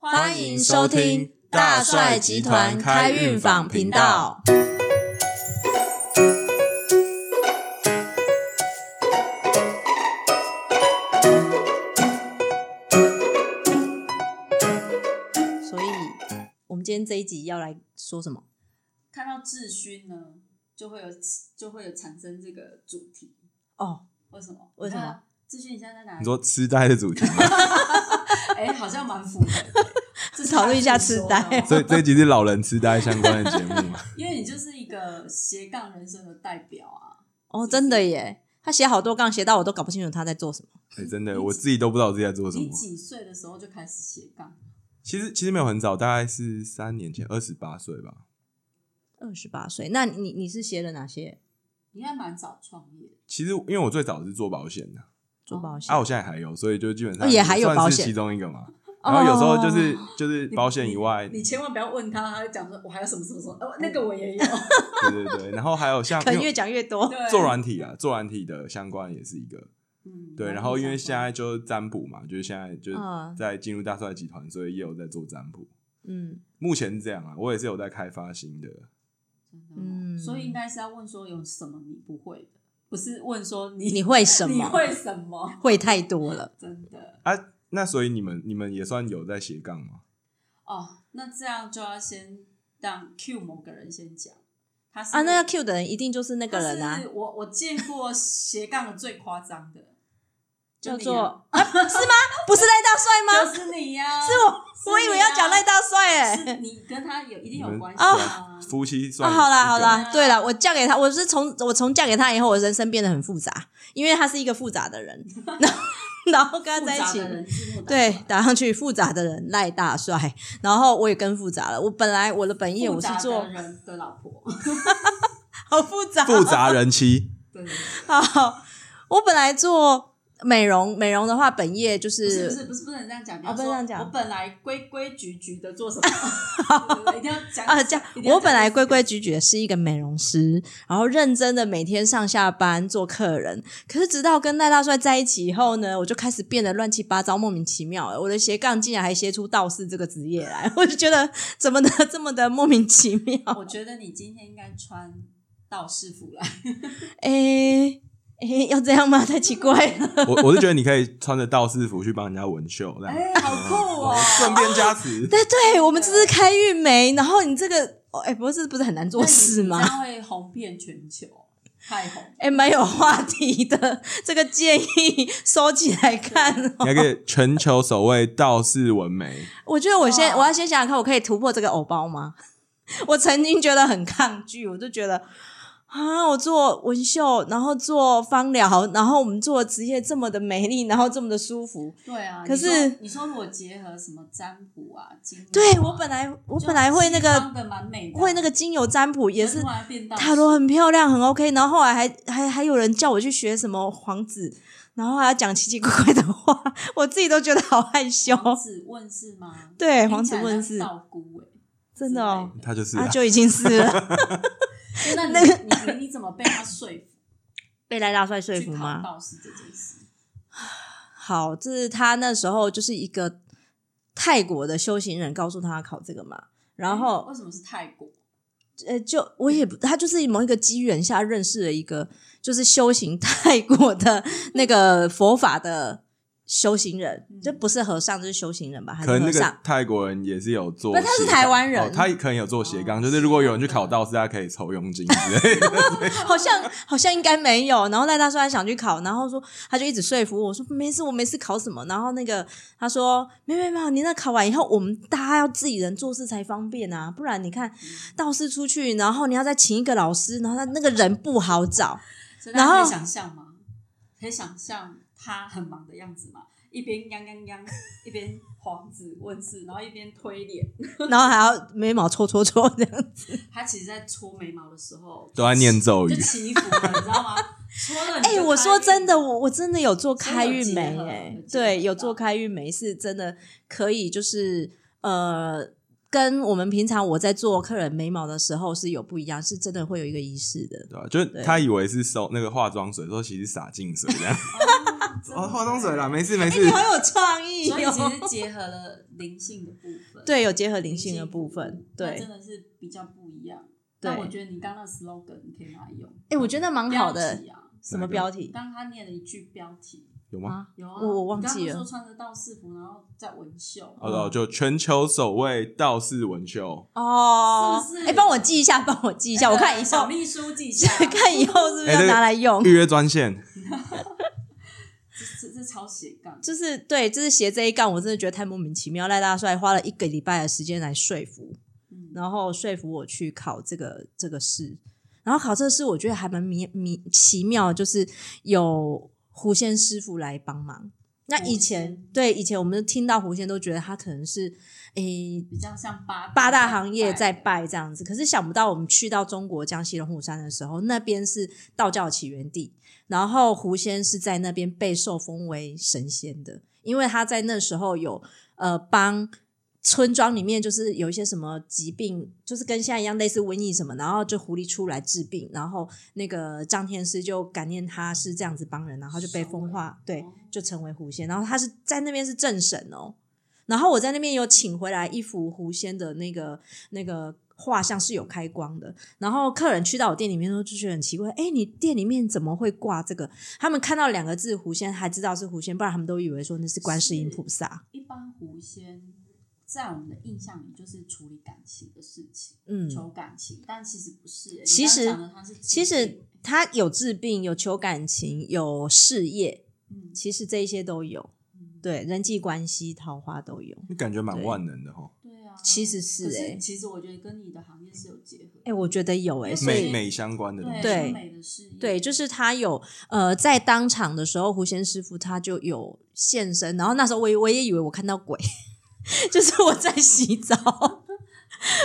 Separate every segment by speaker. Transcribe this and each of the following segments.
Speaker 1: 欢迎收听大帅集团开运坊频道。所以，我们今天这一集要来说什么？
Speaker 2: 看到智勋呢，就会有就会有产生这个主题。
Speaker 1: 哦，
Speaker 2: 为什么？
Speaker 1: 为什么
Speaker 2: 你看？啊智勋你现在在哪
Speaker 3: 你
Speaker 2: 里？
Speaker 3: 说痴呆的主题吗？
Speaker 2: 哎、好像蛮符合的。这是
Speaker 1: 讨论一下痴呆
Speaker 2: 他自己说的哦
Speaker 3: 所以这一集是老人痴呆相关的节目嘛？
Speaker 2: 因为你就是一个斜杠人生的代表啊。
Speaker 1: 哦，真的耶！他写好多杠，写到我都搞不清楚他在做什么。
Speaker 3: 哎、真的，我自己都不知道我自己在做什
Speaker 2: 你
Speaker 3: 么。
Speaker 2: 几岁的时候就开始斜杠？
Speaker 3: 其实其实没有很早，大概是三年前，二十八岁吧。
Speaker 1: 二十八岁，那你你是写了哪些
Speaker 2: 你应该蛮早创业的。
Speaker 3: 其实因为我最早是做保险的，
Speaker 1: 做保险？
Speaker 3: 啊，我现在还有，所以就基本上、
Speaker 1: 哦也还有保
Speaker 3: 算
Speaker 1: 险
Speaker 3: 是其中一个嘛。然后有时候就是、
Speaker 1: 哦
Speaker 3: 就是保险以外，
Speaker 2: 你
Speaker 3: 对
Speaker 2: 千万不要问他，他就讲说我还有什么什么什么，哦，那个我 也有。
Speaker 3: 对对，然后还有像
Speaker 1: 可能
Speaker 3: 因为
Speaker 1: 越讲越多。
Speaker 2: 对，
Speaker 3: 做软体啊，做软体的相关也是一个。
Speaker 2: 嗯，
Speaker 3: 对，然后因为现在就是占卜嘛，就是现在就是
Speaker 1: 嗯
Speaker 3: 在进入大帅集团，所以也有在做占卜。
Speaker 1: 嗯，
Speaker 3: 目前是这样啊，我也是有在开发新的。
Speaker 2: 嗯，
Speaker 1: 嗯
Speaker 2: 所以应该是要问说有什么你不会的，不是问说你
Speaker 1: 你会什
Speaker 2: 你
Speaker 1: 么？
Speaker 2: 会什么？
Speaker 1: 会太多了。
Speaker 2: 真的
Speaker 3: 啊，那所以你们你们也算有在斜杠吗？
Speaker 2: 哦，那这样就要先让 Q 某个人先讲，他是
Speaker 1: 啊，那要 Q 的人一定就是那
Speaker 2: 他
Speaker 1: 个人啊
Speaker 2: 是，我我见过斜杠的最夸张 的，
Speaker 1: 叫
Speaker 2: 就你啊
Speaker 1: 做啊，是吗？不是赖大帅吗？
Speaker 2: 就是你呀、
Speaker 1: 是我，
Speaker 2: 是啊
Speaker 1: 我以为要讲赖大帅哎、
Speaker 2: 是你跟他有一定有关系
Speaker 1: 啊
Speaker 2: 啊，
Speaker 3: 夫妻算
Speaker 1: 啊，好啦
Speaker 3: 一个
Speaker 1: 好啦，
Speaker 2: 对啊
Speaker 1: 对啦，我嫁给他，我是从我从嫁给他以后，我人生变得很复杂，因为他是一个复杂的人，然后然后跟他在一
Speaker 2: 复
Speaker 1: 起
Speaker 2: 杂，的人是莫打
Speaker 1: 对
Speaker 2: 转，
Speaker 1: 打上去复杂的人赖大帅，然后我也跟复杂了。我本来我的本业我
Speaker 2: 复
Speaker 1: 是
Speaker 2: 杂的
Speaker 1: 做
Speaker 2: 人的老婆，
Speaker 1: 好复杂，
Speaker 3: 复杂人妻，
Speaker 2: 对，对
Speaker 1: 好，我本来做美容，美容的话本业就
Speaker 2: 不是不
Speaker 1: 是
Speaker 2: 是不是不能这样讲，你
Speaker 1: 啊
Speaker 2: 要
Speaker 1: 不能
Speaker 2: 说
Speaker 1: 这样讲
Speaker 2: 我本来规规矩矩的做什么， 对对对一定要讲
Speaker 1: 啊，这样
Speaker 2: 一定要
Speaker 1: 我本来
Speaker 2: 讲
Speaker 1: 规规矩矩的是一个美容师，然后认真的每天上下班做客人。可是直到跟赖大帅在一起以后呢，我就开始变得乱七八糟、莫名其妙了。我的斜杠竟然还斜出道士这个职业来， 我就觉得怎么的这么的莫名其妙。
Speaker 2: 我觉得你今天应该穿道士服 来，
Speaker 1: 诶诶，要这样吗？太奇怪 了。
Speaker 3: 我我是觉得你可以穿着道士服去帮人家纹绣，这样、
Speaker 2: 哎，好酷哦！
Speaker 3: 顺便加持。
Speaker 1: 对
Speaker 2: 啊
Speaker 1: 对，我们这是开运梅，然后你这个，哦哎、不是不是很难
Speaker 2: 那
Speaker 1: 做
Speaker 2: 你
Speaker 1: 事吗
Speaker 2: 你？ 这样会红遍全球，太红。
Speaker 1: 哎，蛮有话题的，这个建议收起来看
Speaker 3: 你
Speaker 1: 哦。
Speaker 3: 还可以全球首位道士纹眉，
Speaker 1: 我觉得我先，
Speaker 2: 哇
Speaker 1: 我要先想想看，我可以突破这个偶包吗？ 我曾经觉得很抗拒，我就觉得啊，我做纹绣，然后做芳疗，然后我们做的职业这么的美丽，然后这么的舒服。
Speaker 2: 对啊，
Speaker 1: 可是
Speaker 2: 你说你说如果结合什么占卜啊、精油啊，
Speaker 1: 对我本来我
Speaker 2: 就
Speaker 1: 本来会那
Speaker 2: 西
Speaker 1: 个
Speaker 2: 方的蛮美的，
Speaker 1: 会那个精油占卜，也
Speaker 2: 就是突然变道士
Speaker 1: 塔罗很漂亮，很 OK。然后后来还还还有人叫我去学什么皇子，然后还要讲奇奇怪怪的话， 我自己都觉得好害羞。
Speaker 2: 皇子问世吗？
Speaker 1: 对，
Speaker 2: 听起来
Speaker 1: 皇子问世
Speaker 2: 像，道姑哎，
Speaker 1: 真的哦，
Speaker 3: 他就是、
Speaker 1: 他
Speaker 3: 啊、
Speaker 1: 就已经是了
Speaker 2: 之类的。那你你你你怎么被他说服？
Speaker 1: 被赖大帅说
Speaker 2: 去
Speaker 1: 服
Speaker 2: 考
Speaker 1: 吗？
Speaker 2: 道士这件事？
Speaker 1: 好，这是他那时候就是一个泰国的修行人告诉他考这个嘛，然
Speaker 2: 哎
Speaker 1: 后
Speaker 2: 为什么是泰国？
Speaker 1: 呃，就我也不，他就是某一个机缘下认识了一个就是修行泰国的那个佛法的修行人，
Speaker 2: 嗯
Speaker 1: 就不是和尚，就是修行人吧，还是
Speaker 3: 可能
Speaker 1: 和
Speaker 3: 那
Speaker 1: 尚
Speaker 3: 个？泰国人也是有做
Speaker 1: 不
Speaker 3: 斜
Speaker 1: 是
Speaker 3: 杠，
Speaker 1: 他是台湾人
Speaker 3: 哦他可能有做斜杠，
Speaker 2: 哦
Speaker 3: 就是如果有人去考道士，他可以抽佣 金之类的。
Speaker 1: 好像好像应该没有。然后赖大帅还想去考，然后说他就一直说服我说没事，我没事考什么。然后那个他说没有没有没有，你那考完以后，我们大家要自己人做事才方便啊，不然你看道士出去，然后你要再请一个老师，然后他那个人不好找。
Speaker 2: 所以
Speaker 1: 然
Speaker 2: 大家可
Speaker 1: 后
Speaker 2: 以想象吗？可以想象他很忙的样子吗？一边央央 央，一边皇子问世，然后一边推脸。
Speaker 1: 然后还要眉毛搓搓搓这样。
Speaker 2: 他其实，在搓眉毛的时候
Speaker 3: 都在念咒
Speaker 2: 就
Speaker 3: 语，
Speaker 2: 祈福了，你 知道吗？搓了。
Speaker 1: 哎、我说真的，，
Speaker 2: 哦
Speaker 1: 我我真的有做开运
Speaker 2: 真的
Speaker 1: 眉
Speaker 2: 有结合
Speaker 1: 哎、
Speaker 2: 有结合
Speaker 1: 对，有
Speaker 2: 到
Speaker 1: 做开运眉是真的可以，就是呃，跟我们平常我在做客人眉毛的时候是有不一样，是真的会有 一个仪式的。
Speaker 3: 啊 对吧、就是他以为是收那个化妆水，说其实洒净水这样。
Speaker 2: 哦真的
Speaker 3: 哦，化妆水啦，没事没
Speaker 1: 哎、
Speaker 3: 事
Speaker 1: 你。好有创意
Speaker 2: 所以其
Speaker 1: 哦！
Speaker 2: 实结合了灵性的部分，
Speaker 1: 对，有结合灵性的部分。对，
Speaker 2: 那
Speaker 1: 哎
Speaker 2: 真、的是比较不一样。
Speaker 1: 对
Speaker 2: 但我觉得你刚刚的 slogan 你可以拿来用，
Speaker 1: 哎我觉得蛮好
Speaker 2: 标
Speaker 1: 的。
Speaker 2: 题啊，
Speaker 1: 什么标题？
Speaker 2: 刚刚他念了一句标题，
Speaker 3: 有吗？
Speaker 1: 啊，
Speaker 2: 有啊，
Speaker 1: 我我忘记了
Speaker 2: 你刚刚说穿得到制服，然后在纹绣，
Speaker 1: 啊
Speaker 3: 哦，哦就全球首位道士纹绣。
Speaker 1: 哦
Speaker 2: 是不，是
Speaker 1: 哎，帮我记一下，帮我记一下，我看以
Speaker 2: 小
Speaker 1: 后，，
Speaker 2: 秘书记下
Speaker 1: 看以后是不是
Speaker 3: 哎
Speaker 1: 要
Speaker 3: 对
Speaker 1: 拿来用？
Speaker 3: 预约专线，
Speaker 2: 这这这超斜杠，
Speaker 1: 就是对，就是斜这一杠，我真的觉得太莫名其妙。赖大帅花了一个礼拜的时间来说服，
Speaker 2: 嗯，
Speaker 1: 然后说服我去考这个这个试，然后考这个试，我觉得还蛮迷迷奇妙，就是有狐仙师傅来帮忙。那以
Speaker 2: 狐
Speaker 1: 前
Speaker 2: 仙
Speaker 1: 对以前我们听到狐仙都觉得他可能是诶
Speaker 2: 比较像八
Speaker 1: 八大行业在
Speaker 2: 拜
Speaker 1: 拜这样子，可是想不到我们去到中国江西龙虎山的时候，那边是道教起源地，然后狐仙是在那边被受封为神仙的，因为他在那时候有呃帮。村庄里面就是有一些什么疾病，就是跟现在一样类似瘟疫什么，然后就狐狸出来治病，然后那个张天师就感念他是这样子帮人，然后就被
Speaker 2: 收
Speaker 1: 风
Speaker 2: 为
Speaker 1: 化，对
Speaker 2: 哦，
Speaker 1: 就成为狐仙。然后他是在那边是正神哦，然后我在那边有请回来一幅狐仙的那个那个画像是有开光的，然后客人去到我店里面都就觉得很奇怪，哎，你店里面怎么会挂这个？他们看到两个字狐仙，还知道是狐仙，不然他们都以为说那是观世音菩萨。
Speaker 2: 一般狐仙在我们的印象里就是处理感情的事情，
Speaker 1: 嗯，
Speaker 2: 求感情，但其实不是、欸。
Speaker 1: 其实
Speaker 2: 你刚刚讲的它是指
Speaker 1: 其实
Speaker 2: 定，
Speaker 1: 他有治病，有求感情，有事业，
Speaker 2: 嗯，
Speaker 1: 其实这一些都有，
Speaker 2: 嗯
Speaker 1: 对人际关系、桃花都有。
Speaker 3: 你感觉蛮万能的哈。
Speaker 2: 对啊，
Speaker 1: 其实是
Speaker 2: 可是
Speaker 1: 欸
Speaker 2: 其实我觉得跟你的行业是有结合的。
Speaker 1: 哎，我觉得有哎、
Speaker 2: 因为
Speaker 1: 所以
Speaker 3: 美美相关的东西，
Speaker 1: 对
Speaker 2: 对，美的事业，
Speaker 1: 对，就是他有呃，在当场的时候，狐仙师傅他就有现身，然后那时候我也我也以为我看到鬼， 就是我在洗澡，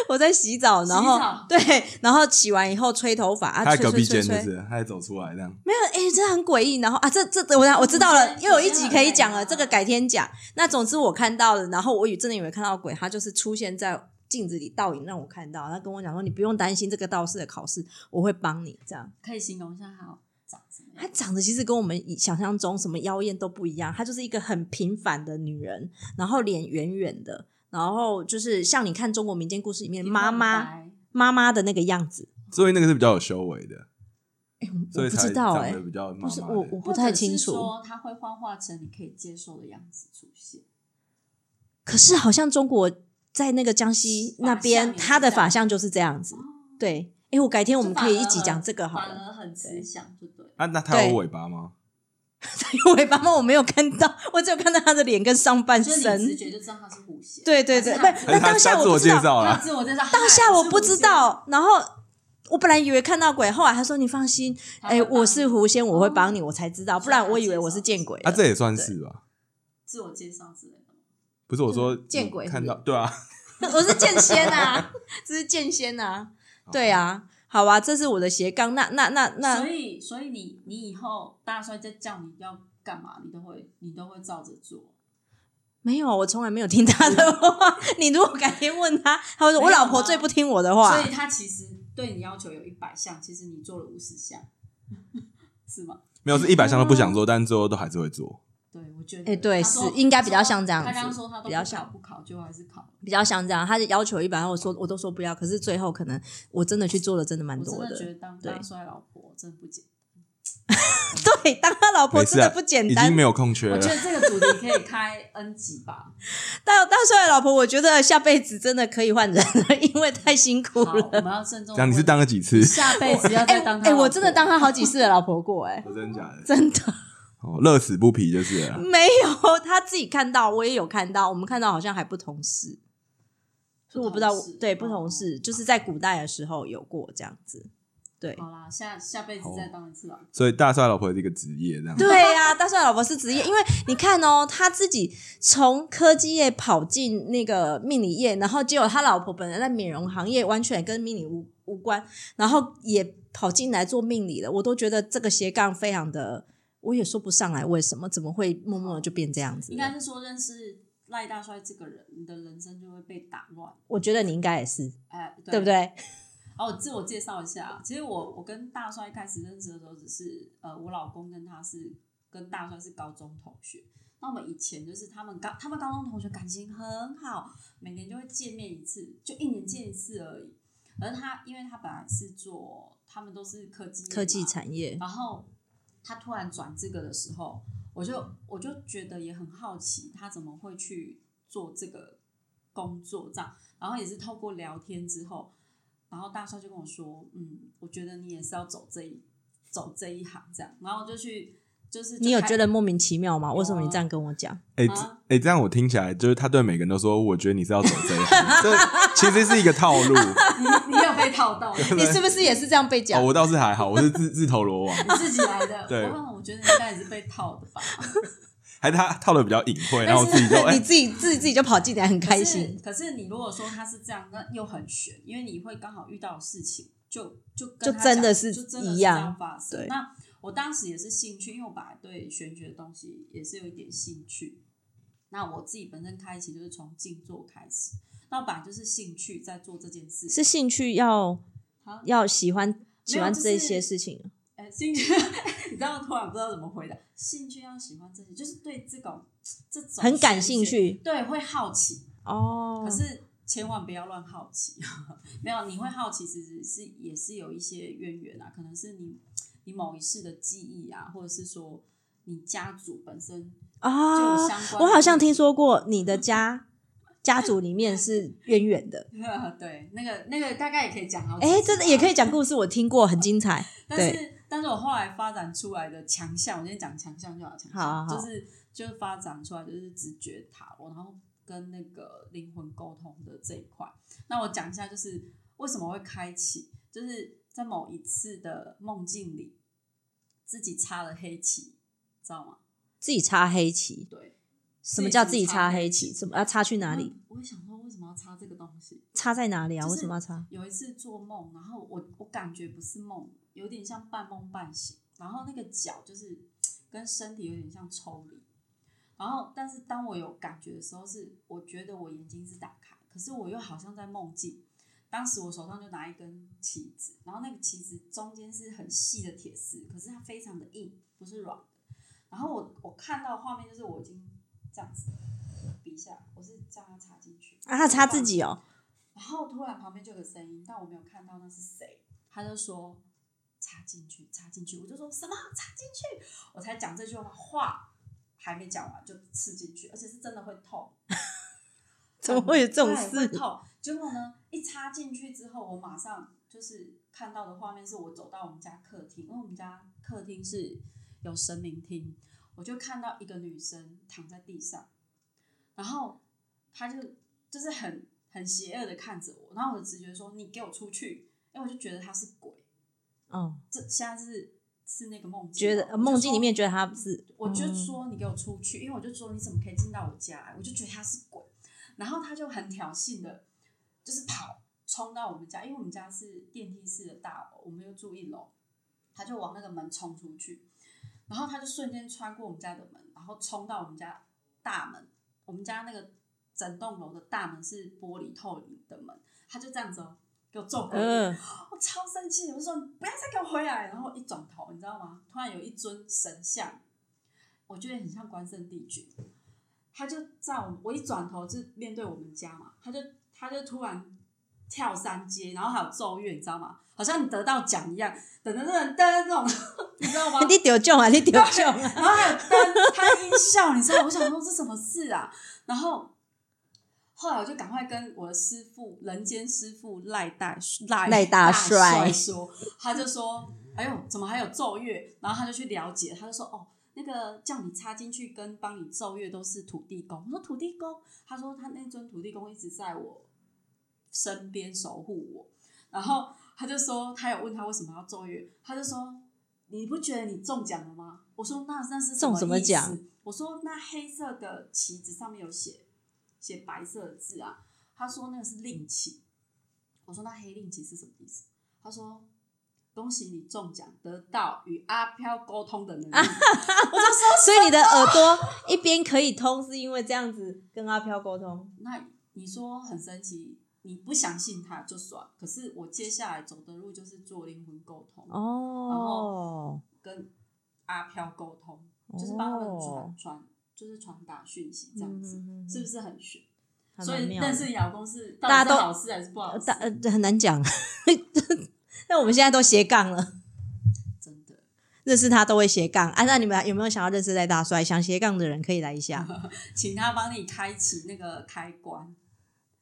Speaker 1: 我在洗澡，然后
Speaker 2: 洗澡
Speaker 1: 对，然后洗完以后吹头发啊，
Speaker 3: 他在
Speaker 1: 吹
Speaker 3: 隔
Speaker 1: 吹
Speaker 3: 壁
Speaker 1: 吹
Speaker 3: 间就
Speaker 1: 吹，
Speaker 3: 是，他还走出来这样。
Speaker 1: 没有，哎、这很诡异。然后啊，这这我我知道
Speaker 2: 嗯
Speaker 1: 了，又有一集可以讲了，这个改天讲。那总之我看到了，然后我以真的以为看到鬼，他就是出现在。镜子里倒影让我看到，他跟我讲说：“你不用担心这个道士的考试，我会帮你。”这样，
Speaker 2: 可以形容一下它长什么
Speaker 1: 她
Speaker 2: 样？
Speaker 1: 长得其实跟我们以想象中什么妖艳都不一样，她就是一个很平凡的女人，然后脸圆圆的，然后就是像你看中国民间故事里面妈妈
Speaker 2: 白
Speaker 1: 妈妈的那个样子。
Speaker 3: 所以那个是比较有修为的，所
Speaker 1: 我
Speaker 3: 以
Speaker 1: 不
Speaker 3: 才
Speaker 1: 知道
Speaker 3: 长
Speaker 1: 哎、
Speaker 3: 得比较妈
Speaker 1: 不是
Speaker 3: 妈的。
Speaker 1: 我我不
Speaker 2: 或
Speaker 1: 太
Speaker 2: 者
Speaker 1: 清
Speaker 2: 是
Speaker 1: 楚。
Speaker 2: 说它会幻化成你可以接受的样子出现。
Speaker 1: 可是好像中国在那个江西那
Speaker 2: 法
Speaker 1: 边，
Speaker 2: 相也是
Speaker 1: 她的
Speaker 2: 这样
Speaker 1: 法相就是这样子。对，哎、我改天我们可以一起讲这个好
Speaker 2: 反
Speaker 1: 了。
Speaker 2: 而很慈祥，就对了。
Speaker 3: 啊，那他有
Speaker 1: 对
Speaker 3: 尾巴吗？
Speaker 1: 因为爸妈我没有看到，我只有看到她的脸跟上半
Speaker 2: 就是你直
Speaker 1: 身。
Speaker 2: 觉就知道他是狐仙。
Speaker 1: 对对对，
Speaker 2: 还
Speaker 1: 不
Speaker 2: 是她，
Speaker 1: 那
Speaker 3: 还是他
Speaker 1: 当下
Speaker 3: 他自
Speaker 1: 我
Speaker 3: 我
Speaker 1: 不知
Speaker 3: 介
Speaker 1: 道。
Speaker 3: 绍
Speaker 2: 他
Speaker 3: 啦。
Speaker 2: 自我介绍，
Speaker 1: 当下我不知
Speaker 2: 嗨，
Speaker 1: 道，然后我本来以为看到鬼，后来他说你放心，
Speaker 2: 他会
Speaker 1: 哎、
Speaker 2: 帮你
Speaker 1: 我是狐仙，我会帮你，我才知道，不然我以为我是见鬼了。
Speaker 3: 啊，这也算是吧？
Speaker 2: 自我介绍之类的。
Speaker 3: 不是我说
Speaker 1: 见鬼
Speaker 3: 你看到
Speaker 1: 是
Speaker 3: 对啊，
Speaker 1: 我是剑仙啊， 这是剑仙啊，
Speaker 3: 哦
Speaker 1: 对啊，好啊，这是我的斜杠，那那那
Speaker 2: 所
Speaker 1: 那，
Speaker 2: 以，所以你你以后大帅在叫你要干嘛，你都会你都会照着做。
Speaker 1: 没有，我从来没有听他的 话。你如果改天问他，他会说
Speaker 2: 没有吗
Speaker 1: 我老婆最不听我的话
Speaker 2: 所以。他其实对你要求有一百项，其实你做了五十项， 是吗？
Speaker 3: 没有是一百项都不想做，但最后都还是会做。
Speaker 2: 对，我觉得。
Speaker 1: 哎对
Speaker 2: 他说
Speaker 1: 是应该比较像这样子
Speaker 2: 他刚刚说他都
Speaker 1: 比较
Speaker 2: 不考
Speaker 1: 像
Speaker 2: 不考，最后还是考了。
Speaker 1: 比较像这样，他的要求一般，我说我都说不要，可是最后可能我真的去做了，真的蛮
Speaker 2: 我
Speaker 1: 多
Speaker 2: 真
Speaker 1: 的。
Speaker 2: 的觉得当
Speaker 1: 对
Speaker 2: 大帅老婆真的不简单。
Speaker 1: 对，当他老婆
Speaker 3: 没事
Speaker 1: 真
Speaker 3: 啊
Speaker 1: 的不简
Speaker 3: 已
Speaker 1: 单
Speaker 3: 经，没有空缺
Speaker 2: 我
Speaker 3: 了
Speaker 2: 觉。得这个主题可以开 N 集吧。
Speaker 1: 大大帅的老婆，我觉得下辈子真的可以换人了， 因为太辛苦
Speaker 2: 好，我
Speaker 1: 了。
Speaker 2: 们要慎重。
Speaker 3: 这样你是当了几次？
Speaker 2: 下辈子要再当 他
Speaker 1: 哎、
Speaker 2: 老婆
Speaker 1: 我真的当他好几次的老婆过、 哎，
Speaker 3: 我真的假的？嗯
Speaker 1: 真的
Speaker 3: 哦，乐此不疲就是了。
Speaker 1: 没有，他自己看到，我也有看到，我们看到好像还不同事，所以我不知道
Speaker 2: 不同事，哦
Speaker 1: 对，不同事，就是在古代的时候有过这样子，对。
Speaker 2: 好啦，下下辈子再当一次老婆。
Speaker 3: 所以大帅老婆是一个职业 这样。
Speaker 1: 对啊呀、大帅老婆是职业，因为你看哦，他自己从科技业跑进那个命理业，然后结果他老婆本来在美容行业，完全跟命理无无关，然后也跑进来做命理了，我都觉得这个斜杠非常的，我也说不上来为什么，怎么会默默地就变这样子
Speaker 2: 应
Speaker 1: 呢？
Speaker 2: 该是说认识赖大帅这个人，你的人生就会被打乱。
Speaker 1: 我觉得你应该也是，
Speaker 2: 哎、
Speaker 1: 对不
Speaker 2: 对？
Speaker 1: 对？
Speaker 2: 哦，我自我介绍一下，其实我我跟大帅一开始认识的时候，只是呃，我老公跟他是跟大帅是高中同学。那我们以前就是他们高，他们高中同学感情很好，每年就会见面一次，就一年见一次而已。而他，因为他本来是做，他们都是科技业
Speaker 1: 科技
Speaker 2: 嘛
Speaker 1: 产业，
Speaker 2: 然后他突然转这个的时候，我就我就觉得也很好奇，他怎么会去做这个工作这样。然后也是透过聊天之后，然后大帅就跟我说：“嗯，我觉得你也是要走这一走这一行这样。”然后我就去就是
Speaker 1: 你有觉
Speaker 2: 得
Speaker 1: 得莫名其妙吗？为什么你
Speaker 2: 有啊
Speaker 1: 这样跟我讲？
Speaker 3: 哎、
Speaker 2: 啊
Speaker 3: 这哎、这样我听起来就是他对每个人都说，我觉得你是要走这一行， 这其实是一个套路。
Speaker 2: 你你有被套到，你
Speaker 1: 你是不是也是这样被讲
Speaker 3: 哦，？我倒是还好，我是自自投罗网，
Speaker 2: 自己来的。
Speaker 3: 对
Speaker 2: 我我觉得你应该也是被套的吧。
Speaker 3: 还是他套的比较隐晦，然后我自己就 哎、
Speaker 1: 你自己自己自己就跑进来，很开心。
Speaker 2: 可是。可是你如果说他是这样，那又很悬，因为你会刚好遇到的事情，就就跟
Speaker 1: 就
Speaker 2: 他
Speaker 1: 真的
Speaker 2: 讲
Speaker 1: 是
Speaker 2: 就真的是
Speaker 1: 一
Speaker 2: 这
Speaker 1: 样
Speaker 2: 样发生
Speaker 1: 对。
Speaker 2: 那我当时也是兴趣，因为我本来对玄学的东西也是有一点兴趣。那我自己本身开启就是从静坐开始，那我本来就是兴趣在做这件事情。
Speaker 1: 是兴趣要
Speaker 2: 好，
Speaker 1: 要喜欢喜欢
Speaker 2: 就是
Speaker 1: 这些事情，
Speaker 2: 呃， 兴趣，你知道突然不知道怎么回答，兴趣要喜欢这些，就是对这种这种
Speaker 1: 很感
Speaker 2: 玄
Speaker 1: 兴
Speaker 2: 学，
Speaker 1: 趣
Speaker 2: 对，会好奇，
Speaker 1: 哦
Speaker 2: 可。是千万不要乱好奇，啊 没有你会好奇，其实是也是有一些渊源啊，可能是你你某一世的记忆啊，或者是说你家族本身就有
Speaker 1: 啊，
Speaker 2: 相关、
Speaker 1: 我好像听，说过你的家家族里面是渊源 的，
Speaker 2: 对，那个那个大概也可以讲好，
Speaker 1: 哎，真的也可
Speaker 2: 以，
Speaker 1: 以讲故事，我听过，很精彩。
Speaker 2: 但是但是我后来发展出来的强项，我先讲强项就好，强项
Speaker 1: 好好好
Speaker 2: 就是就是发展出来就是直觉塔罗，然后跟那个灵魂沟通的这一块。那我讲一下，就是为什么会开启，就是在某一次的梦境里，自己插了黑棋，知道吗？
Speaker 1: 自己插黑棋，
Speaker 2: 对，
Speaker 1: 什么叫自己
Speaker 2: 插
Speaker 1: 插黑棋？怎么要插去哪里？？
Speaker 2: 我也想说，为什么要插这个东西？
Speaker 1: 插在哪里啊？
Speaker 2: 就是
Speaker 1: 为什么要插？
Speaker 2: 有一次做梦，然后我我感觉不是梦，有点像半梦半醒，然后那个脚就是跟身体有点像抽离，然后但是当我有感觉的时候是，我觉得我眼睛是打开，可是我又好像在梦境。当时我手上就拿一根旗子，然后那个旗子中间是很细的铁丝，可是它非常的硬，不是软的。然后我我看到画面就是我已经这样子比一下，我是这样插进去
Speaker 1: 啊，他插自己哦，
Speaker 2: 然后突然旁边就有个声音，但我没有看到那是谁，他就说插进去，插进去，我就说什么插进去，我才讲这句话，还没讲完就刺进去，而且是真的会痛，
Speaker 1: 怎么会有这种
Speaker 2: 对哎会
Speaker 1: 事？
Speaker 2: 痛。结果呢，一插进去之后，我马上就是看到的画面是我走到我们家客厅，因为我们家客厅是有神明厅，我就看到一个女生躺在地上，然后她就就是很很邪恶的看着我，然后我的直觉说你给我出去，因为我就觉得她是鬼，
Speaker 1: 哦，
Speaker 2: 这现在是是那个梦境
Speaker 1: 觉
Speaker 2: 嘛，
Speaker 1: 得
Speaker 2: 我
Speaker 1: 呃
Speaker 2: 就
Speaker 1: 梦境
Speaker 2: 说
Speaker 1: 里面觉得他是，
Speaker 2: 我就
Speaker 1: 嗯
Speaker 2: 说你给我出去，因为我就说你怎么可以进到我家来？我就觉得他是鬼，然后他就很挑衅的，就是跑冲到我们家，因为我们家是电梯式的大楼，我们又住一楼，他就往那个门冲出去，然后他就瞬间穿过我们家的门，然后冲到我们家大门，我们家那个整栋楼的大门是玻璃透明的门，他就这样子哦，给我揍过去。
Speaker 1: 嗯，
Speaker 2: 我超生气，我就说你不要再给我回来。然后一转头，你知道吗？突然有一尊神像，我觉得很像关圣帝君，他就在我我一转头是面对我们家嘛，他就他就突然跳三阶，然后还有咒怨，你知道吗？好像你得到奖一样，噔噔噔噔那种， 你知道 吗？
Speaker 1: 你丢中啊，你丢中 啊，
Speaker 2: 然后还有灯，他音效，你知道，我想说这什么事啊？然后后来我就赶快跟我的师傅，人间师傅赖大赖
Speaker 1: 赖大帅
Speaker 2: 帅说，他就说，哎呦，怎么还有奏乐？然后他就去了解，他就说，哦。那个叫你插进去跟帮你奏乐都是土地公。我说土地公，他说他那尊土地公一直在我身边守护我。然后他就说，他有问他为什么要奏乐，他就说你不觉得你中奖了吗？我说那那是
Speaker 1: 中什么
Speaker 2: 意思
Speaker 1: 奖？
Speaker 2: 我说那黑色的旗子上面有写写白色的字啊，他说那个是令旗。我说那黑令旗是什么意思？他说恭喜你中奖，得到与阿飘沟通的能力。
Speaker 1: 所以你的耳朵一边可以通，是因为这样子跟阿飘沟通。
Speaker 2: 那你说很神奇，你不相信他就算，可是我接下来走的路就是做灵魂沟通，
Speaker 1: 哦，
Speaker 2: 跟阿飘沟通，就是帮他们
Speaker 1: 哦
Speaker 2: 传传，就是传达讯息这样子，
Speaker 1: 嗯嗯嗯嗯
Speaker 2: 是不是很悬？
Speaker 1: 还
Speaker 2: 所
Speaker 1: 蛮
Speaker 2: 以
Speaker 1: 妙的
Speaker 2: 认识你老公是到
Speaker 1: 大家
Speaker 2: 底是
Speaker 1: 都
Speaker 2: 好事还是不好
Speaker 1: 呃
Speaker 2: 事
Speaker 1: 大？呃很难讲， 那我们现在都斜杠了，
Speaker 2: 真的，
Speaker 1: 认识他都会斜杠啊。那你们有没有想要认识赖大帅？想斜杠的人可以来一 下，
Speaker 2: 请他帮你开启那个开关。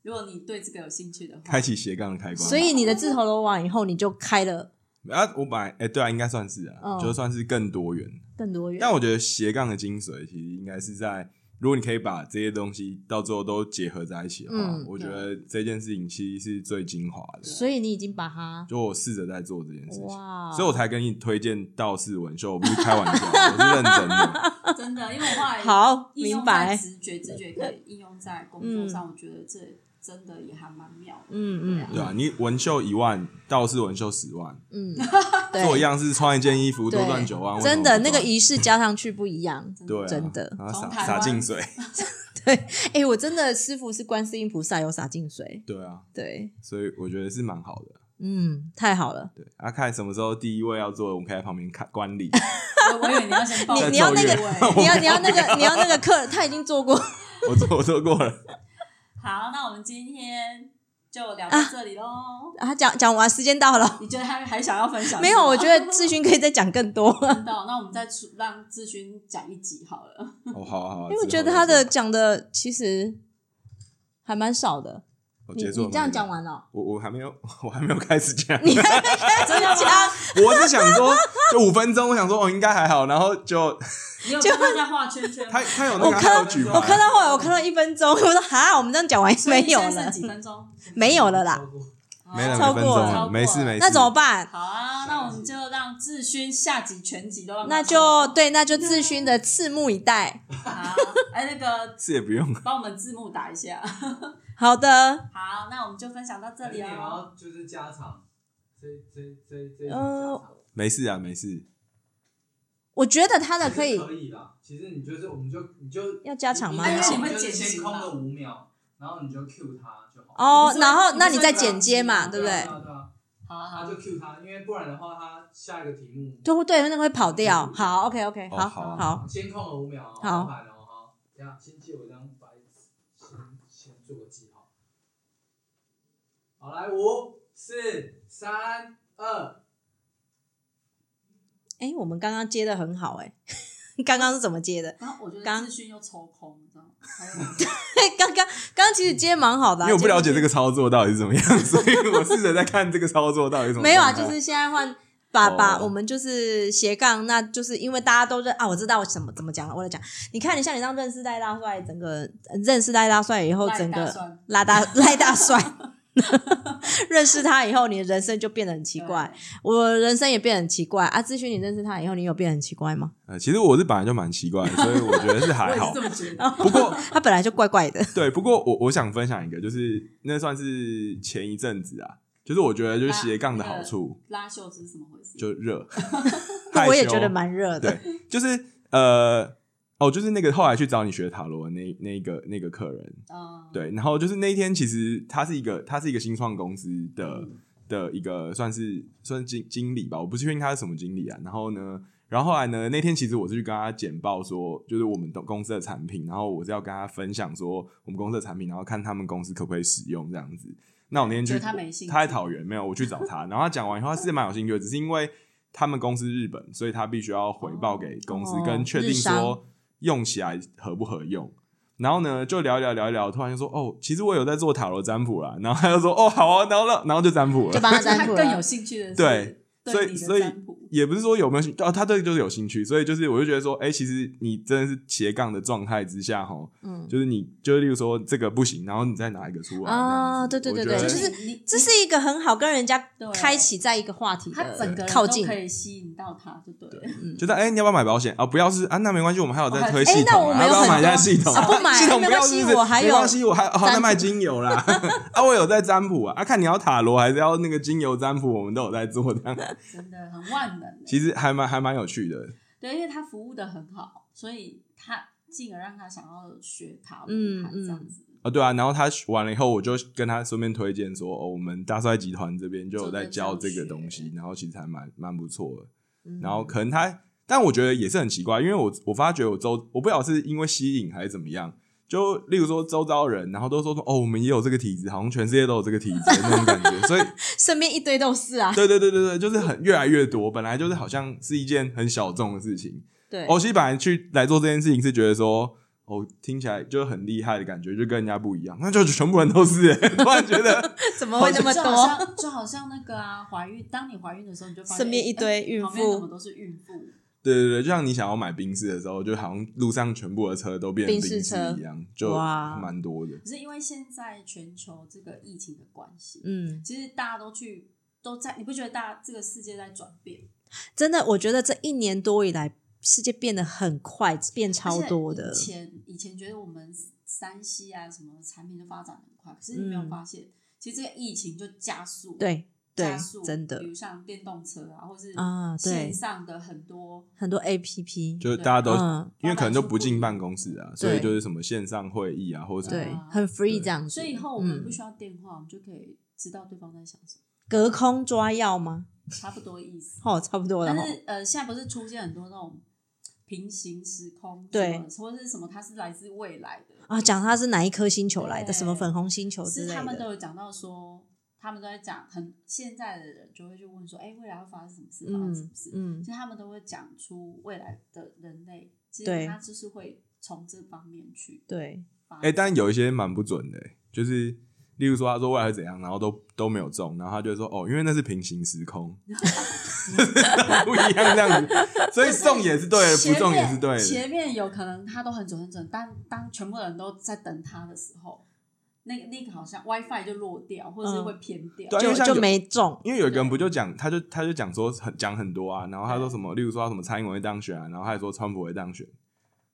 Speaker 2: 如果你对这个有兴趣的话，
Speaker 3: 开启斜杠的开关。
Speaker 1: 所以你的自投罗网以后，你就开了
Speaker 3: 啊，我本来哎、对啊，应该算是啊，
Speaker 1: 嗯
Speaker 3: 就算是更多元。
Speaker 1: 更多元。
Speaker 3: 但我觉得斜杠的精髓其实应该是在，如果你可以把这些东西到最后都结合在一起的话，
Speaker 1: 嗯
Speaker 3: 我觉得这件事情其实是最精华的。
Speaker 1: 所以你已经把 它
Speaker 3: 就我试着在做这件事情，
Speaker 1: 哇，
Speaker 3: 所以我才跟你推荐道士文秀，我不是开玩笑，我是认真的。
Speaker 2: 真的，因为我后 来
Speaker 1: 好
Speaker 2: 应
Speaker 1: 明
Speaker 2: 用在
Speaker 1: 白，
Speaker 2: 直觉，直觉可以应用在工作上，我觉得这真的也还蛮妙的。
Speaker 1: 嗯
Speaker 3: 对
Speaker 1: 嗯
Speaker 3: 啊，你文秀一万，道士文秀十万，
Speaker 1: 嗯，
Speaker 3: 做
Speaker 1: 对，
Speaker 3: 一样是穿一件衣服多
Speaker 1: 对
Speaker 3: 赚九万，为什
Speaker 1: 真
Speaker 3: 么
Speaker 1: 的
Speaker 3: 不
Speaker 1: 那个
Speaker 3: 赚
Speaker 1: 仪式加上去不一样。
Speaker 3: 对啊、
Speaker 1: 真的
Speaker 3: 然后
Speaker 2: 从
Speaker 3: 洒
Speaker 2: 台
Speaker 3: 洒
Speaker 2: 湾
Speaker 3: 净水，
Speaker 1: 哎、我真的师傅是观世音菩萨，有洒净水。
Speaker 3: 对啊，
Speaker 1: 对，
Speaker 3: 所以我觉得是蛮好的。
Speaker 1: 嗯，太好了。
Speaker 3: 对，啊，看什么时候第一位要做，我们可以在旁边看观礼。
Speaker 2: 我我以为你要先报
Speaker 1: 你
Speaker 2: 名，
Speaker 1: 你要那
Speaker 3: 在
Speaker 1: 个
Speaker 3: 咒，
Speaker 2: 哦
Speaker 1: 你要你要那个你要那个客，他已经做过。
Speaker 3: 我做我做过了，
Speaker 2: 好，那我们今天就聊
Speaker 1: 啊
Speaker 2: 到这里喽。
Speaker 1: 他啊讲讲完，时间到了。
Speaker 2: 你觉得他还想要分享什么？
Speaker 1: 没有，我觉得咨询可以再讲更多，
Speaker 2: 真的哦。那我们再出让志勋讲一集 好了。
Speaker 3: 哦，好啊好啊，
Speaker 1: 因为我
Speaker 3: 之
Speaker 1: 觉
Speaker 3: 后
Speaker 1: 得
Speaker 3: 再
Speaker 1: 他的
Speaker 3: 做
Speaker 1: 讲的其实还蛮少的。
Speaker 3: 我
Speaker 1: 你
Speaker 3: 结束了
Speaker 1: 你这样
Speaker 3: 吗
Speaker 1: 讲，完了，
Speaker 3: 我我还没有 我还没有开始讲，
Speaker 1: 你还没 开始讲，
Speaker 3: 我是想说就五分钟，我想说哦应该还好，然后就
Speaker 2: 你有帮大家画圈圈吗？
Speaker 3: 他他有那
Speaker 1: 我
Speaker 3: 个
Speaker 1: 看
Speaker 3: 他
Speaker 1: 到
Speaker 3: 有举牌，
Speaker 1: 我看到后来，我看到一分钟，我说哈，我们这样讲完
Speaker 2: 所以
Speaker 1: 没有
Speaker 2: 现在
Speaker 1: 了
Speaker 2: 剩，几分钟？
Speaker 1: 没有了啦，
Speaker 2: 好
Speaker 3: 没了
Speaker 1: 超
Speaker 3: 没
Speaker 1: 过
Speaker 3: 分钟
Speaker 1: 了
Speaker 2: 超
Speaker 3: 了，
Speaker 2: 过
Speaker 3: 没事
Speaker 2: 了
Speaker 3: 没事，
Speaker 1: 那怎么办？
Speaker 2: 好啊，那我们就让志勋下集全集都让他
Speaker 1: 那
Speaker 2: 说
Speaker 1: 就对，那就自勋的拭目以待。
Speaker 2: 好。哎，那个
Speaker 3: 是也不用，
Speaker 2: 帮我们字幕打一下。
Speaker 1: 好的，
Speaker 2: 好，那我们就分享到这
Speaker 4: 你
Speaker 2: 里
Speaker 4: 也
Speaker 2: 哦。
Speaker 4: 要就是加长，这这这这一集加
Speaker 1: 呃
Speaker 4: 长，
Speaker 3: 没事啊没事，
Speaker 1: 我觉得他的可
Speaker 4: 其
Speaker 1: 以
Speaker 4: 实可以啦。其实你就是，我们就你就
Speaker 1: 要加长吗？
Speaker 2: 哎
Speaker 4: 你
Speaker 2: 因为你会
Speaker 4: 就是
Speaker 2: 剪辑
Speaker 4: 先
Speaker 2: 嘛
Speaker 4: 空了五秒，然后你就 Q 他就好。
Speaker 1: 哦
Speaker 2: 你，不是
Speaker 1: 然后
Speaker 2: 你不是
Speaker 1: 那你再
Speaker 2: 说
Speaker 1: 剪接嘛，对不
Speaker 4: 对
Speaker 1: 对
Speaker 4: 啊？对啊对啊，
Speaker 2: 好啊好
Speaker 4: 他
Speaker 2: 啊
Speaker 4: 就 Q 他，因为不然的话，他下一个题目
Speaker 1: 就对，那个会跑掉。好，OK OK，
Speaker 3: 哦
Speaker 1: 好
Speaker 3: 好啊
Speaker 1: 好，
Speaker 4: 先空了五秒，
Speaker 1: 好
Speaker 4: 安排了哦好，这样先借我一张白纸，先先做个记号。好，来五、四、三、二，
Speaker 1: 哎，我们刚刚接的很好，哎， 刚刚是怎么接的？
Speaker 2: 然后我觉得
Speaker 1: 刚
Speaker 2: 资讯又抽空，你知道吗？还有，
Speaker 1: 刚刚刚刚其实接蛮好的啊，
Speaker 3: 因为我不了解这
Speaker 1: 个，
Speaker 3: 个操作到底是 怎么样，所以我试着在看这个操作到底是什么状态。
Speaker 1: 没有啊，就是现在换。把
Speaker 3: 哦
Speaker 1: 把我们就是斜杠，那就是因为大家都认啊，我知道我怎么怎么讲了，我在讲，你看你像你这样认识赖大帅，整个呃认识赖大帅以后，
Speaker 2: 赖
Speaker 1: 整
Speaker 2: 大
Speaker 1: 个
Speaker 2: 蒜
Speaker 1: 赖大 赖大帅，认识他以后，你的人生就变得很奇怪，，我人生也变得很奇怪啊。咨询你认识他以后，你有变得很奇怪吗？
Speaker 3: 呃，其实我是本来就蛮奇怪的，所以我觉得是
Speaker 2: 对我
Speaker 3: 还
Speaker 2: 也是
Speaker 3: 好
Speaker 2: 这。么觉
Speaker 1: 哦
Speaker 2: 得。
Speaker 3: 不过
Speaker 1: 他本来就怪怪的，
Speaker 3: 对，不过我我想分享一个，就是那算是前一阵子啊，就是我觉得就是斜杠的好处
Speaker 2: 拉袖子是怎么回
Speaker 1: 啊
Speaker 2: 事？
Speaker 3: 就 热，害
Speaker 1: 那我也
Speaker 3: 羞哦
Speaker 1: 觉得蛮热的
Speaker 3: 对。，就是呃哦，就是那个后来去找你学塔罗的那那个那个客人，
Speaker 2: 嗯，
Speaker 3: 对，然后就是那一天其实他是一个他是一个新创公司的、
Speaker 2: 嗯
Speaker 3: 的一个算是算是经经理吧，我不确定他是什么经理啊，然后呢。然后后来呢？那天其实我是去跟他简报说，就是我们的公司的产品，然后我是要跟他分享说我们公司的产品，然后看他们公司可不可以使用这样子。那我那天去，
Speaker 2: 就他没兴趣
Speaker 3: 他在桃园，没有我去找他，然后他讲完以后，他是蛮有兴趣的，只是因为他们公司日本，所以他必须要回报给公司，
Speaker 1: 哦
Speaker 3: 跟确定
Speaker 1: 日商
Speaker 3: 说用起来合不合用。然后呢，就聊一聊聊一聊，突然就说哦，其实我有在做塔罗占卜啦。然后他就说哦，好啊，然后呢然后就占卜
Speaker 1: 就
Speaker 3: 了。
Speaker 1: 帮他
Speaker 2: 就是他
Speaker 1: 占卜啊
Speaker 2: 更有
Speaker 1: 了。
Speaker 2: 兴趣的是
Speaker 3: 对所
Speaker 2: 对
Speaker 3: 以
Speaker 2: 你
Speaker 3: 所
Speaker 2: 的
Speaker 3: 以
Speaker 2: 占卜。
Speaker 3: 也不是说有没有兴，哦，他对就是有兴趣，所以就是我就觉得说，哎、其实你真的是斜杠的状态之下，哈，
Speaker 1: 嗯，
Speaker 3: 就是你就例如说这个不行，然后你再拿一个出来
Speaker 1: 啊
Speaker 3: 这样子
Speaker 1: 对对
Speaker 3: 我
Speaker 1: 对
Speaker 3: 觉
Speaker 1: 对
Speaker 3: 得
Speaker 2: 就
Speaker 1: 就是
Speaker 2: 是你
Speaker 1: 这是一个很好跟人家
Speaker 2: 对啊
Speaker 1: 开启在一个话题
Speaker 2: 他整个
Speaker 1: 的
Speaker 2: 人
Speaker 1: 靠
Speaker 2: 都
Speaker 1: 近。
Speaker 2: 可以吸引到他，就对了。
Speaker 3: 就在哎、你要不要买保险啊？不要是啊，那没关系，我们还有在推系
Speaker 1: 哎那
Speaker 3: 统、
Speaker 1: 我
Speaker 3: 啊，
Speaker 1: 没
Speaker 3: 要
Speaker 1: 有
Speaker 3: 不要买一下
Speaker 2: 很
Speaker 3: 系统？
Speaker 1: 啊不买
Speaker 3: 系统
Speaker 1: 没
Speaker 3: 不
Speaker 1: 关
Speaker 3: 要
Speaker 1: 系
Speaker 3: 是不是
Speaker 1: 我还有
Speaker 3: 没关系，我还哦
Speaker 1: 占
Speaker 3: 在
Speaker 1: 卜
Speaker 3: 卖精油啦， 啊，我有在占卜啊，啊，看你要塔罗还是要那个精油占卜，我们都有在做这样，
Speaker 2: 真的很万能欸。
Speaker 3: 其实还蛮还蛮有趣的，
Speaker 2: 对，因为他服务的很好，所以他进而让他想要学塔罗
Speaker 1: 嗯
Speaker 2: 牌这样子。
Speaker 3: 啊，对啊，然后他完了以后，我就跟他顺便推荐说，哦，我们大帅集团这边就有在教这个东
Speaker 2: 做
Speaker 3: 西，然后其实还蛮蛮不错的。
Speaker 1: 嗯
Speaker 3: 然后可能他，但我觉得也是很奇怪，因为我我发觉我周我不晓得是因为吸引还是怎么样，就例如说周遭人，然后都说说哦，我们也有这个体质，好像全世界都有这个体质的那种感觉，所以
Speaker 1: 身边一堆都是啊，
Speaker 3: 对对对对对，就是很越来越多，本来就是好像是一件很小众的事情。
Speaker 1: 对，
Speaker 3: 欧西本来去来做这件事情是觉得说。哦，听起来就很厉害的感觉，就跟人家不一样，那就全部人都是、欸， 突然觉 得
Speaker 1: 怎么会那么
Speaker 2: 就好
Speaker 1: 多？
Speaker 2: 像就好像那个啊，怀孕，当你怀孕的时候，你就发现
Speaker 1: 身边一堆
Speaker 2: 哎
Speaker 1: 孕
Speaker 2: 旁边
Speaker 1: 妇
Speaker 2: 怎么都是孕妇，
Speaker 3: 对对对，就像你想要买宾士的时候，就好像路上全部的车都变成
Speaker 1: 宾士
Speaker 3: 宾士
Speaker 1: 车
Speaker 3: 一样，就
Speaker 1: 哇
Speaker 3: 蛮多的。
Speaker 2: 可是因为现在全球这个疫情的关系，
Speaker 1: 嗯，
Speaker 2: 其实大家都去都在，你不觉得大家这个世界在转变？
Speaker 1: 真的，我觉得这一年多以来，世界变得很快，变超多
Speaker 2: 而
Speaker 1: 的
Speaker 2: 且以。前以前觉得我们山西啊什么产品就发展得很快，可是你没有
Speaker 1: 嗯
Speaker 2: 发现，其实这个疫情就加速，，
Speaker 1: 对对
Speaker 2: 加速，，
Speaker 1: 真
Speaker 2: 比
Speaker 1: 的
Speaker 2: 如像电动车啊，或是
Speaker 1: 啊对
Speaker 2: 线上的很多，
Speaker 1: 很多 A P P，
Speaker 3: 就大家都、
Speaker 1: 嗯，
Speaker 3: 因为可能都不进办公室啊，所以
Speaker 1: 对
Speaker 3: 就是什么线上会议啊，或者什么
Speaker 1: 对
Speaker 2: 啊，
Speaker 1: 很 free
Speaker 3: 对
Speaker 1: 这样子。
Speaker 2: 所以以后我们
Speaker 1: 嗯
Speaker 2: 不需要电话，我们就可以知道对方在想什么，
Speaker 1: 隔空抓药吗？
Speaker 2: 差不多意 思。
Speaker 1: 哦，差不多了
Speaker 2: 但
Speaker 1: 哦。
Speaker 2: 是呃，现在不是出现很多那种平行时空，
Speaker 1: 对
Speaker 2: 什么，或者是什么，它是来自未来的，
Speaker 1: 啊，讲他是哪一颗星球来的，
Speaker 2: 对
Speaker 1: 什么粉红星球之
Speaker 2: 是
Speaker 1: 类
Speaker 2: 他们都
Speaker 1: 的。
Speaker 2: 有讲到说，他们都在讲很现在的人就会去问说，哎、未来会发生什么事？发生什么事？
Speaker 1: 嗯
Speaker 2: 其，实他们都会讲出未来的人类，其
Speaker 1: 对
Speaker 2: 实他就是会从这方面去
Speaker 1: 对，
Speaker 2: 发展。
Speaker 3: 哎、但有一些蛮不准的、欸就是例如说他说未来会怎样，然后都都没有中，然后他就说哦，因为那是平行时空，不一样这样子，所以中也是对的，
Speaker 2: 前
Speaker 3: 不
Speaker 2: 面
Speaker 3: 中也是对的。
Speaker 2: 前面有可能他都很准很准，但当全部人都在等他的时候，那个那个好像 WiFi 就落掉，或者是
Speaker 1: 嗯
Speaker 2: 会偏掉。
Speaker 3: 对啊因
Speaker 1: 就
Speaker 3: 为像
Speaker 1: 就
Speaker 3: 有
Speaker 1: 没中。
Speaker 3: 因为有一个人不就讲，他就他就讲说很讲很多啊，然后他说什么，例如说他什么蔡英文会当选啊，然后他也说川普会当选，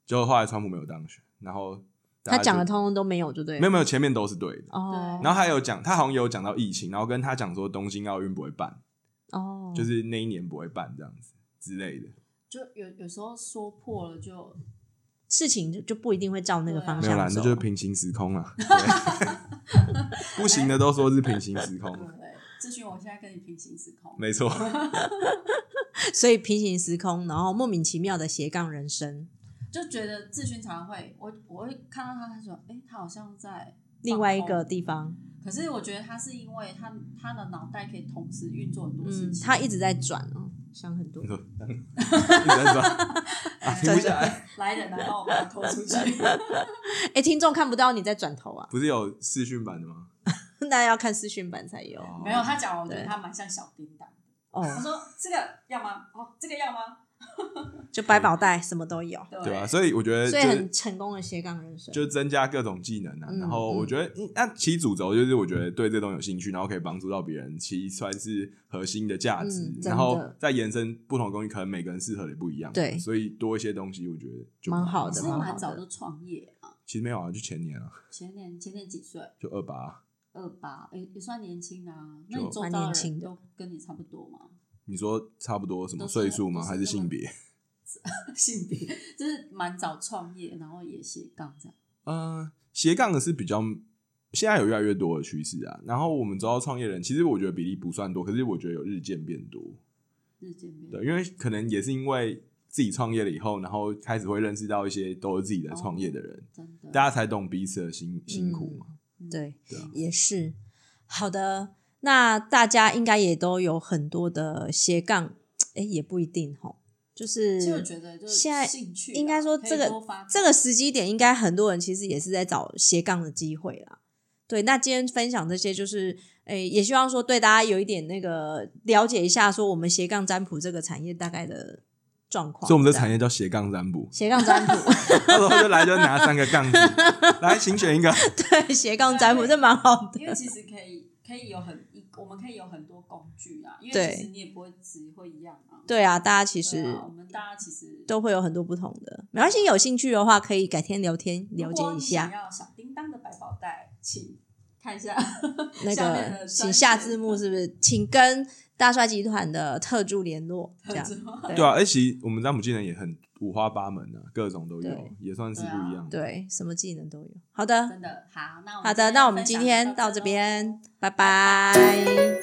Speaker 3: 结果后来川普没有当选，然后大
Speaker 1: 他
Speaker 3: 家就
Speaker 1: 讲的通通都没有，就对了。
Speaker 3: 没有没有，前面都是对的。
Speaker 1: 哦，
Speaker 3: 然后还有讲，他好像有讲到疫情，然后跟他讲说东京奥运不会办，
Speaker 1: 哦，
Speaker 3: 就是那一年不会办这样子之类的。
Speaker 2: 就有有时候说破了就
Speaker 1: 事情就就不一定会照那
Speaker 2: 啊
Speaker 1: 个方
Speaker 3: 没有啦
Speaker 1: 向，
Speaker 3: 那
Speaker 1: 走
Speaker 3: 就。是平行时空了。对 不行的都说是平行时空，
Speaker 2: 对。咨询我现在跟你平行时空，
Speaker 3: 没错。
Speaker 1: 所以平行时空，然后莫名其妙的斜杠人生，
Speaker 2: 就觉得志勋常常会，我我会看到他，他说，哎、他好像在
Speaker 1: 另外一
Speaker 2: 放
Speaker 1: 个
Speaker 2: 空。
Speaker 1: 地方，
Speaker 2: 可是我觉得他是因为他他的脑袋可以同时运作很多事
Speaker 1: 嗯，
Speaker 2: 情，
Speaker 1: 他一直在转哦，想很多
Speaker 3: 你。说，一直在说啊，停不下来。
Speaker 2: 来人来帮我把他拖 出去。
Speaker 1: 哎，听众看不到你在转头啊，
Speaker 3: 不是有视讯版的吗？
Speaker 1: 那要看视讯版才有
Speaker 3: 哦
Speaker 2: 没有，他讲完我觉
Speaker 1: 对
Speaker 2: 得他蛮像小叮当。他
Speaker 1: 哦，
Speaker 2: 说这个要吗？哦，这个要吗？
Speaker 1: 就百宝袋什么都有，欸
Speaker 2: 对
Speaker 3: 对吧、啊所以我觉得
Speaker 1: 所以
Speaker 3: 呃就是
Speaker 1: 很成功的斜杠人生。
Speaker 3: 就增加各种技能啊。
Speaker 1: 嗯
Speaker 3: 然后我觉得，嗯那其实主轴就是我觉得对这东西有兴趣，然后可以帮助到别人，其实算是核心的价值。
Speaker 1: 嗯真的
Speaker 3: 然后再延伸不同的工具，可能每个人适合的也不一样。
Speaker 1: 对
Speaker 3: 所以多一些东西，我觉得就
Speaker 1: 蛮好的
Speaker 2: 其
Speaker 3: 其
Speaker 2: 实
Speaker 3: 实
Speaker 1: 蛮好
Speaker 2: 蛮早就创业啊，
Speaker 3: 其实没有啊，就前年啊，
Speaker 2: 前年前年几岁？
Speaker 3: 就二八。
Speaker 2: 二八，也也算年轻啊。那
Speaker 3: 就
Speaker 2: 你周
Speaker 1: 蛮
Speaker 2: 遭
Speaker 1: 年
Speaker 2: 的
Speaker 1: 轻
Speaker 2: 人
Speaker 1: 的
Speaker 2: 都跟你差不多吗？
Speaker 3: 你说差不多什么
Speaker 2: 都是
Speaker 3: 岁数吗？
Speaker 2: 都是
Speaker 3: 还是性别？
Speaker 2: 性别就是蛮早创业，然后也斜杠这样。
Speaker 3: 呃，斜杠的是比较现在有越来越多的趋势啊。然后我们知道创业人，其实我觉得比例不算多，可是我觉得有日渐变多。
Speaker 2: 日渐变
Speaker 3: 对，因为可能也是因为自己创业了以后，然后开始会认识到一些都是自己
Speaker 1: 哦
Speaker 3: 在创业的人，
Speaker 2: 真的，
Speaker 3: 大家才懂彼此的辛辛苦嘛。
Speaker 2: 嗯
Speaker 1: 对，
Speaker 3: 对啊
Speaker 1: 也是好的。那大家应该也都有很多的斜杠，哎，也不一定吼，就
Speaker 2: 其实我
Speaker 1: 是
Speaker 2: 觉得就是
Speaker 1: 现在
Speaker 2: 兴趣啦
Speaker 1: 应该说这
Speaker 2: 可以
Speaker 1: 个
Speaker 2: 多发展
Speaker 1: 这个时机点，应该很多人其实也是在找斜杠的机会啦。对，那今天分享这些，就是诶，也希望说对大家有一点那个了解一下，说我们斜杠占卜这个产业大概的状况。
Speaker 3: 所以我们这
Speaker 1: 样，
Speaker 3: 产业叫斜杠占卜
Speaker 1: 斜杠占卜，
Speaker 3: 到时候就来就拿三个杠子，来，请选一 个。
Speaker 1: 对，斜杠占卜这蛮好的。
Speaker 2: 因为其实可以可以有很一，我们可以有很多工具啊，因
Speaker 1: 对
Speaker 2: 为其实你也不会只会一样啊。
Speaker 1: 对啊，大家其
Speaker 2: 对
Speaker 1: 实
Speaker 2: 啊，我们大家其实
Speaker 1: 都会有很多不同的。没关系，有兴趣的话可以改天聊天了解
Speaker 2: 如
Speaker 1: 一
Speaker 2: 果你想
Speaker 1: 下。
Speaker 2: 要小叮当的百宝袋，请看一下
Speaker 1: 那
Speaker 2: 下面的
Speaker 1: 个，
Speaker 2: 专
Speaker 1: 请下
Speaker 2: 线
Speaker 1: 字嗯幕是不是？请跟大帅集团的特助联络，这样
Speaker 3: 对啊，而且我们占卜技能也很五花八门啊，各种都有
Speaker 1: 对，
Speaker 3: 也算是不一样的。
Speaker 1: 对，啊什么技能都有。好的，
Speaker 2: 真的好，那我们
Speaker 1: 好
Speaker 2: 今
Speaker 1: 的，
Speaker 2: 天
Speaker 1: 那我们
Speaker 2: 分
Speaker 1: 今
Speaker 2: 享就
Speaker 1: 天到
Speaker 2: 这
Speaker 1: 这
Speaker 2: 咯
Speaker 1: 边，拜拜。